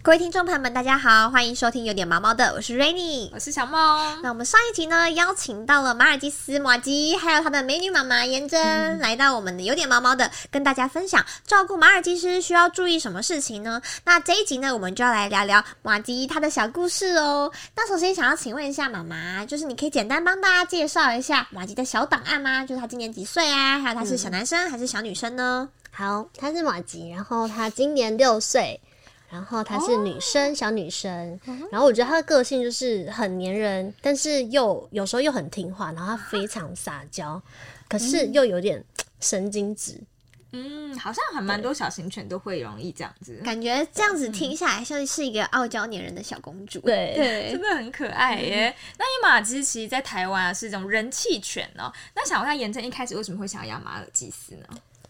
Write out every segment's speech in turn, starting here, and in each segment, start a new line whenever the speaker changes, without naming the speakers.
各位听众朋友们，大家好，欢迎收听有点毛毛的，我是 Rainy。
我是小梦。
那我们上一集呢，邀请到了马尔济斯马吉，还有他的美女妈妈颜真、来到我们的有点毛毛的，跟大家分享照顾马尔济斯需要注意什么事情呢？那这一集呢，我们就要来聊聊马吉他的小故事哦。那首先想要请问一下妈妈，就是你可以简单帮大家介绍一下马吉的小档案吗？就是他今年几岁啊？还有他是小男生还是小女生呢？
好，她是马吉，然后她今年六岁，然后她是女生，小女生。
嗯
然后我觉得她的个性就是很粘人，但是又有时候又很听话，然后她非常撒娇，可是又有点神经质。
嗯，好像还蛮多小型犬都会容易这样子，
感觉这样子听下来像是一个傲娇粘人的小公主。
对，
真的很可爱耶。那因为马尔济斯其实在台湾啊是一种人气犬哦。那想问一下严正，一开始为什么会想要养马尔济斯呢？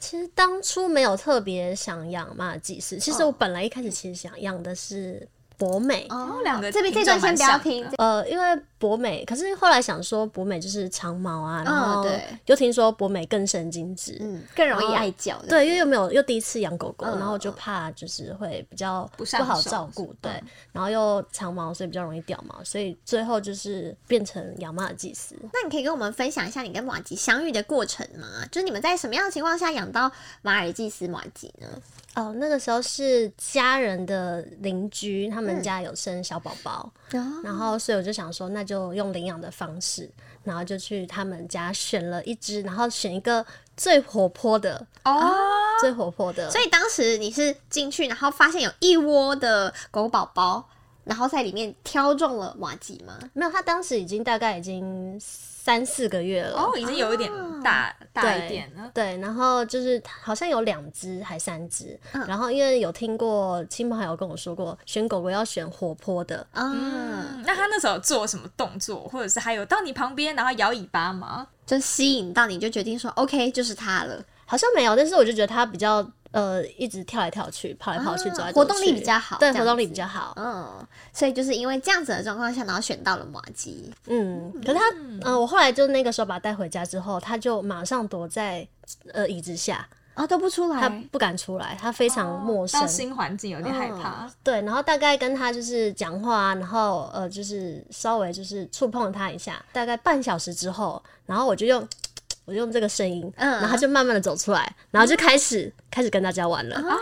其实当初没有特别想养马尔济斯，其实我本来一开始其实想养的是博美，
哦
哦两个
这边这
品
段先
种蛮
不要
像的
听，
呃，因为博美，可是后来想说博美就是长毛啊，
嗯
然后
对
又听说博美更神经质，
嗯，更容易爱叫的。
对，因为又没有又第一次养狗狗，
嗯
然后就怕就是会比较
不
不
上
好
手
照
是
顾，对
嗯，
然后又长毛，所以比较容易掉毛，所以最后就是变成养马尔济斯。
那你可以跟我们分享一下你跟马吉相遇的过程吗？就是你们在什么样的情况下养到马尔济斯马吉呢？
哦，那个时候是家人的邻居，他
嗯
们家有生小宝宝，
哦，
然后所以我就想说，那就用领养的方式，然后就去他们家选了一只，然后选一个最活泼的，
哦，
最活泼的，
所以当时你是进去，然后发现有一窝的狗宝宝，然后在里面挑中了马吉吗？
没有，他当时已经大概已经三四个月了。
哦，已经有一点大大
对
一点了。
对，然后就是好像有两只还三只，
嗯
然后因为有听过亲朋好友跟我说过，选狗狗要选活泼的，
啊、
嗯，那他那时候有做什么动作，或者是还有到你旁边然后摇尾巴吗？
就吸引到你，就决定说 OK，就是它了。
好像没有，但是我就觉得它比较呃一直跳来跳去，跑来跑去，
啊
走来走去，
活动力比较好
对，
这样
活动力
子
比较好，
嗯，所以就是因为这样子的状况下，然后选到了马吉。
嗯，可是它，嗯、我后来就那个时候把它带回家之后，它就马上躲在呃椅子下，
哦，都不出来
它不敢出来，它非
哦
常陌生，
到新环境有点害怕。
对，然后大概跟他就是讲话啊，然后呃，就是稍微就是触碰他一下，大概半小时之后，然后我就用我就用这个声音，
嗯
然后他就慢慢的走出来，然后就开始、开始跟大家玩了，
哦，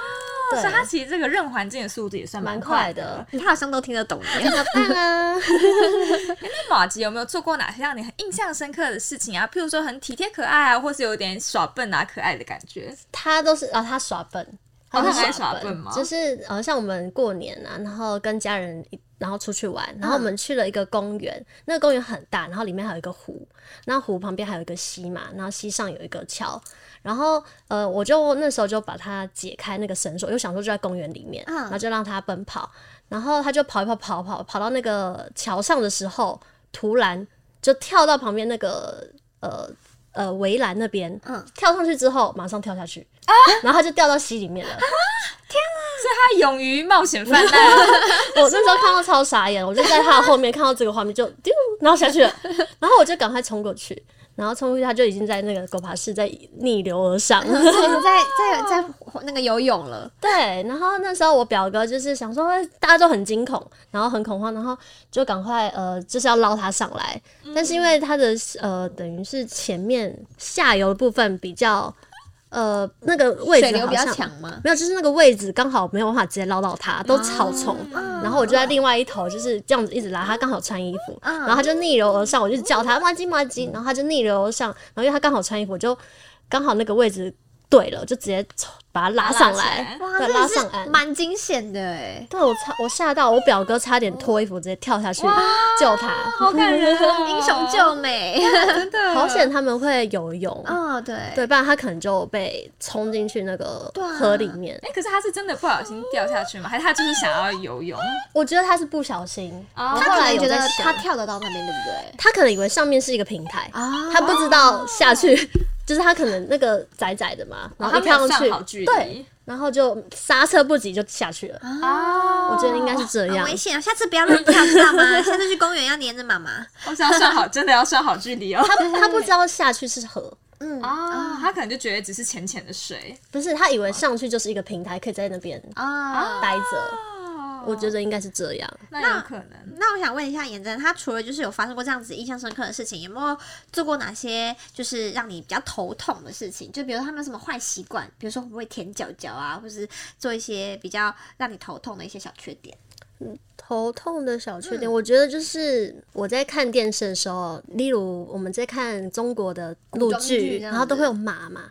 所以他
对，
其实这个认环境的速度也算蛮
蛮
快
快
的
的。。
你好像都听得懂一 样。
当 然，
那马吉有没有做过哪些让你很印象深刻的事情啊？譬如说很体贴可爱啊，或是有点耍笨啊可爱的感觉。
他都是啊，他耍笨，
哦
都
他很爱
是
耍
笨
笨吗
就是呃，像我们过年啊，然后跟家人一然后出去玩，
嗯
然后我们去了一个公园，那个公园很大，然后里面还有一个湖，然后湖旁边还有一个溪嘛，然后溪上有一个桥，然后呃，我就那时候就把它解开那个绳索，因为想说就在公园里面，
嗯
然后就让它奔跑，然后它就跑一跑跑跑跑到那个桥上的时候，突然就跳到旁边那个呃呃围栏那边，
嗯
跳上去之后马上跳下去，然后它就掉到溪里面了。
他勇于冒险犯难，
我那时候看到超傻眼，我就在它的后面看到这个画面就丢，然后下去了，然后我就赶快冲过去，然后冲过去它就已经在那个狗爬式在逆流而上。
嗯所以你在在
哦
在那个游泳了，
对，然后那时候我表哥就是想说，哎大家都很惊恐，然后很恐慌，然后就赶快呃，就是要捞他上来。但是因为他的呃，等于是前面下游的部分比较呃，那个位置
水流
好
比较
像
强吗？
没有，就是那个位置刚好没有办法直接捞到它，都草丛。
啊嗯
然后我就在另外一头就是这样子一直拉，它刚好穿衣服，
嗯
然后它就逆流而上，我就叫它麻吉麻吉，然后它就逆流而上，然后因为它刚好穿衣服，我就刚好那个位置对了，就直接把它拉上来，
哇，
对，
真
拉
的
上岸
是。蛮惊险的哎。
对我差我吓到，我表哥差点脱衣服直接跳下去救它，
好感人哦，
英雄救美，
真的
好险他们会游泳，
哦，对，
啊对，不然它可能就被冲进去那个
对啊
河里面。
哎、可是他是真的不小心掉下去吗？还是他就是想要游泳？
我觉得它是不小心，
哦
我
他
后
可能
来有
觉得
在
他
想
跳得到那边，对不对？
他可能以为上面是一个平台，
啊
他不知道下去，就是他可能那个窄窄的嘛，然后
他
一
没有
跳上
算
去，
好距离
对，然后就刹车不及就下去了。
啊
我觉得应该是这
很
样
危，险啊！下次不要 乱跳，知道吗？下次去公园要黏着妈妈。
我想要算好， 真的要算好距离哦。
他他不知道下去是河，
嗯
啊，他可能就觉得只是浅浅的水
不是他以为上去就是一个平台，可以在那边
啊，
待着。
哦
我觉得应该是这样。
那有可能。
那我想问一下妍真，她除了就是有发生过这样子印象深刻的事情，有没有做过哪些就是让你比较头痛的事情？就比如说他们有什么坏习惯，比如说会不会舔脚脚啊，或是做一些比较让你头痛的一些小缺点？
头痛的小缺点，我觉得就是我在看电视的时候，例如我们在看中国的陆
古装剧
剧，
这样
然后都会有马嘛，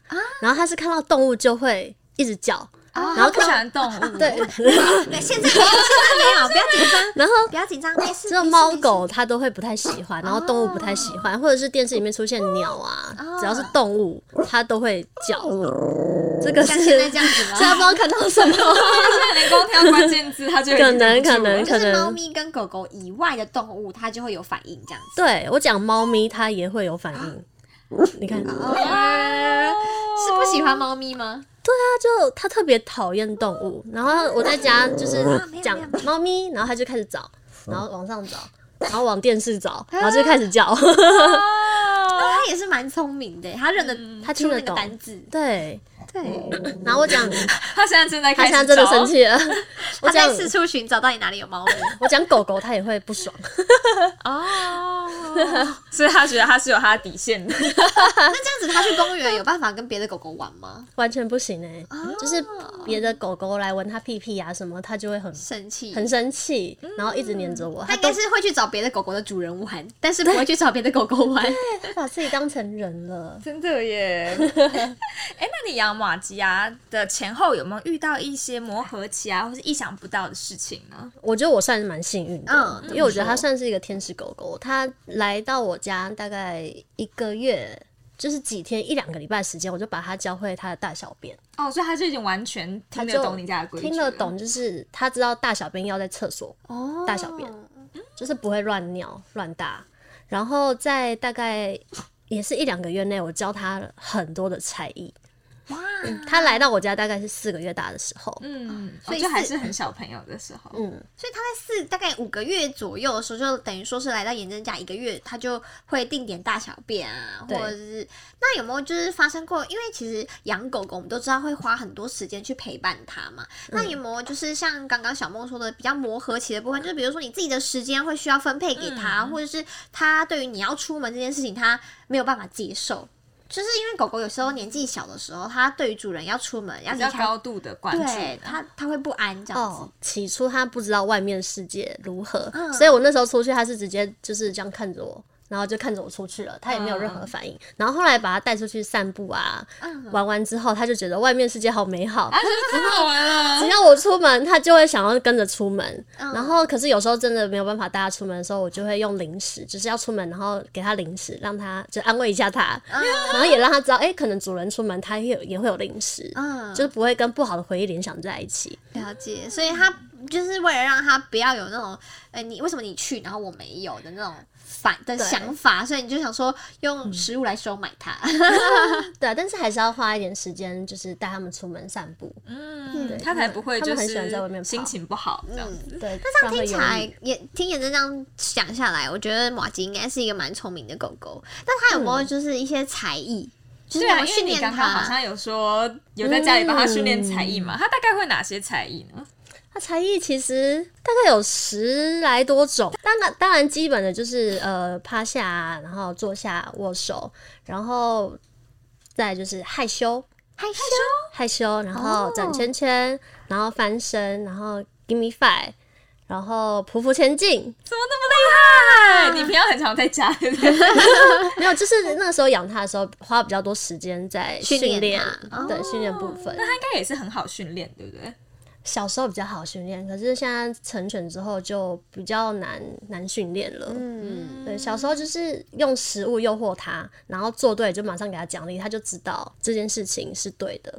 然后他是看到动物就会一直叫，
啊
然后不喜欢动物，
对，
对，现在没有，现在没有，不要紧张，
然后
不要紧张，没事。
只有
没事
猫
没事
狗它都会不太喜欢，然后动物不太喜
哦
欢，或者是电视里面出现鸟啊，只要是动物它都会叫，这个
哦像现在
是
这 样子吗？
现在不知道看到什么，
现在你光挑关键字，它就已经
可能
忍不住了
可能
就
可
是猫
能。
咪跟狗狗以外的动物，它就会有反应这样子。
对我讲猫咪，它也会有反应。你看，
哦
哦
它
呃是不喜欢猫咪吗？
就它特别讨厌动物，然后我在家就是
啊没有
讲
没有没有哦
猫咪，然后它就开始找，然后往上找，然后往电视
啊
找，然后就开始叫。
哦
它也是蛮聪明的，它认得
嗯它
出
听得
那个
懂嗯
单字。
对，
对，
然后 我讲，
它现在正在
它
开
现
始
在真的
找
生气了。我
它
讲
在四处寻找到底哪里有猫咪。
我讲狗狗，它也会不爽。
哦，
所以他觉得他是有他的底线 的。
那这样子，它去公园有办法跟别的狗狗玩吗？
完全不行哎、就是别的狗狗来闻它屁屁啊什么，它就会很
生气。
很生嗯气，然后一直黏着我，
它
它
应该
都
是会去找别的狗狗的主人玩，但是不会去找别的狗狗玩。
它把自己当成人了。
真的耶！ 哎、那你养马吉亚的前后有没有遇到一些磨合期啊，或是意想不到的事情呢？
我觉得我算是蛮幸运的，
嗯
因为我觉得它算是一个天使狗狗。它来到我家大概一个月，就是几天一两个礼拜时间，我就把它教会它的大小便，
哦，所以他就已经完全听得
就
懂你家的规矩，
听得。懂，就是它知道大小便要在厕所
哦
大小便就是不会乱尿乱大。然后在大概也是一两个月内，我教他很多的才艺。
哇，
他来到我家大概是四个月大的时候，
嗯，
所
所
以
以
是
就还是很小朋友的时候，
嗯，
所以它在四大概五个月左右的时候，就等于说是来到妍真家一个月，它就会定点大小便啊，或
对
者是那有没有就是发生过？因为其实养狗狗我们都知道会花很多时间去陪伴它嘛。
嗯
那有没有就是像刚刚小梦说的比较磨合期的部分？就是比如说你自己的时间会需要分配给它，
嗯
或者是它对于你要出门这件事情它没有办法接受。就是因为狗狗有时候年纪小的时候，它对于主人要出门要
比
离
较
开，
高度的关注
对。 它它会不安这样子。
哦，起初他不知道外面世界如何，
嗯
所以我那时候出去，他是直接就是这样看着我。然后就看着我出去了，他也没有任何反应。然后后来把他带出去散步啊，玩完之后，他就觉得外面世界好美好，
啊，真的太好玩啊了！
只要我出门，他就会想要跟着出门。
嗯
然后，可是有时候真的没有办法带他出门的时候，我就会用零食，就是要出门，然后给他零食，让他就安慰一下他，
嗯
然后也让他知道，哎、可能主人出门，他也有也会有零食，
嗯
就是不会跟不好的回忆联想在一起。
了解，所以他就是为了让他不要有那种，呃，你为什么你去，然后我没有的那种反的
对
想法，所以你就想说
嗯
用食物来收买他。
对啊，但是还是要花一点时间，就是带他们出门散步。
嗯
对，
他才不会
他
就
们很喜欢在外
是
面跑
心情不好这样子。
对，那
听 起来也听妍真这样讲下来，我觉得马吉应该是一个蛮聪明的狗狗，但它有没有就是一些才艺，就是有
嗯对
没
啊，
有
因为
训
你
练
刚刚好
它？
像有说有在家里帮他训练才艺嘛，他大概会哪些才艺呢？
他才艺其实大概有十来多种，当然当然基本的就是呃趴下啊，然后坐下握手，然后再就是害羞
害羞
害羞，然
哦
后转圈圈，然后翻身，然后 give me five，然后匍匐前进。
怎么那哎么厉害？你平常很常在家，对不对？
没有，就是那个时候养它的时候花比较多时间在
训练哦
训练
它，
对训练部分。
那他应该也是很好训练，对不 对？
小时候比较好训练，可是现在成犬之后就比较难难训练了。
嗯，
对，小时候就是用食物诱惑他，然后做对就马上给他奖励，他就知道这件事情是对的。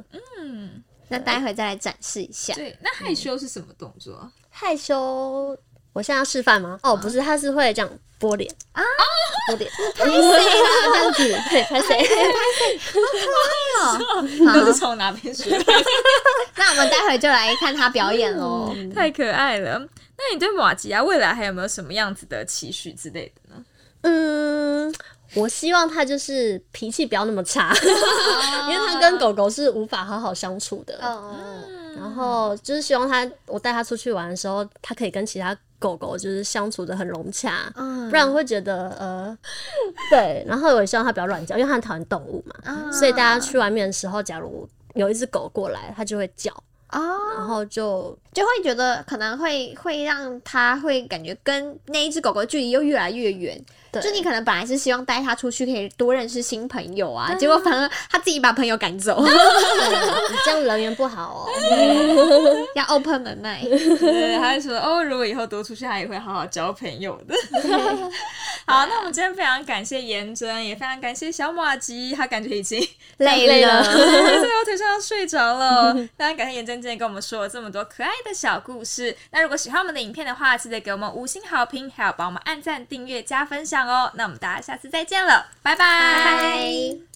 那待会再来展示一下。
对，那害羞是什么动作？
害羞，我现在要示范吗？哦，不是，他是会这样拨脸啊，拨 脸，拍谁这样子，对，拍谁？
你 都是从哪边学的？
那我们待会就来看它表演喽。
太可爱了。那你对马吉亚啊未来还有没有什么样子的期许之类的呢？
嗯，我希望他就是脾气不要那么差，因为他跟狗狗是无法好好相处的。
嗯
哦，
然后就是希望它，我带它出去玩的时候，它可以跟其他狗狗就是相处的很融洽，
嗯
不然会觉得呃，对。然后我也希望它不要乱叫，因为它很讨厌动物嘛，
啊
嗯
所以大家去外面的时候，假如有一只狗过来，它就会叫，
哦，
然后就
就会觉得可能会会让它会感觉跟那一只狗狗距离又越来越远。
对
就你可能本来是希望带它出去可以多认识新朋友啊，结果反而它自己把朋友赶走，
对你这样人缘不好哦。
要 open 门脉。
对，他就说哦，如果以后多出去，他也会好好交朋友 的。好，那我们今天非常感谢颜真，也非常感谢小马吉，他感觉已经
累了
最后腿上要睡着了。非常感谢颜真今天跟我们说了这么多可爱的小故事。那如果喜欢我们的影片的话，记得给我们五星好评，还有帮我们按赞、订阅、加分享哦。那我们大家下次再见了，拜拜
拜。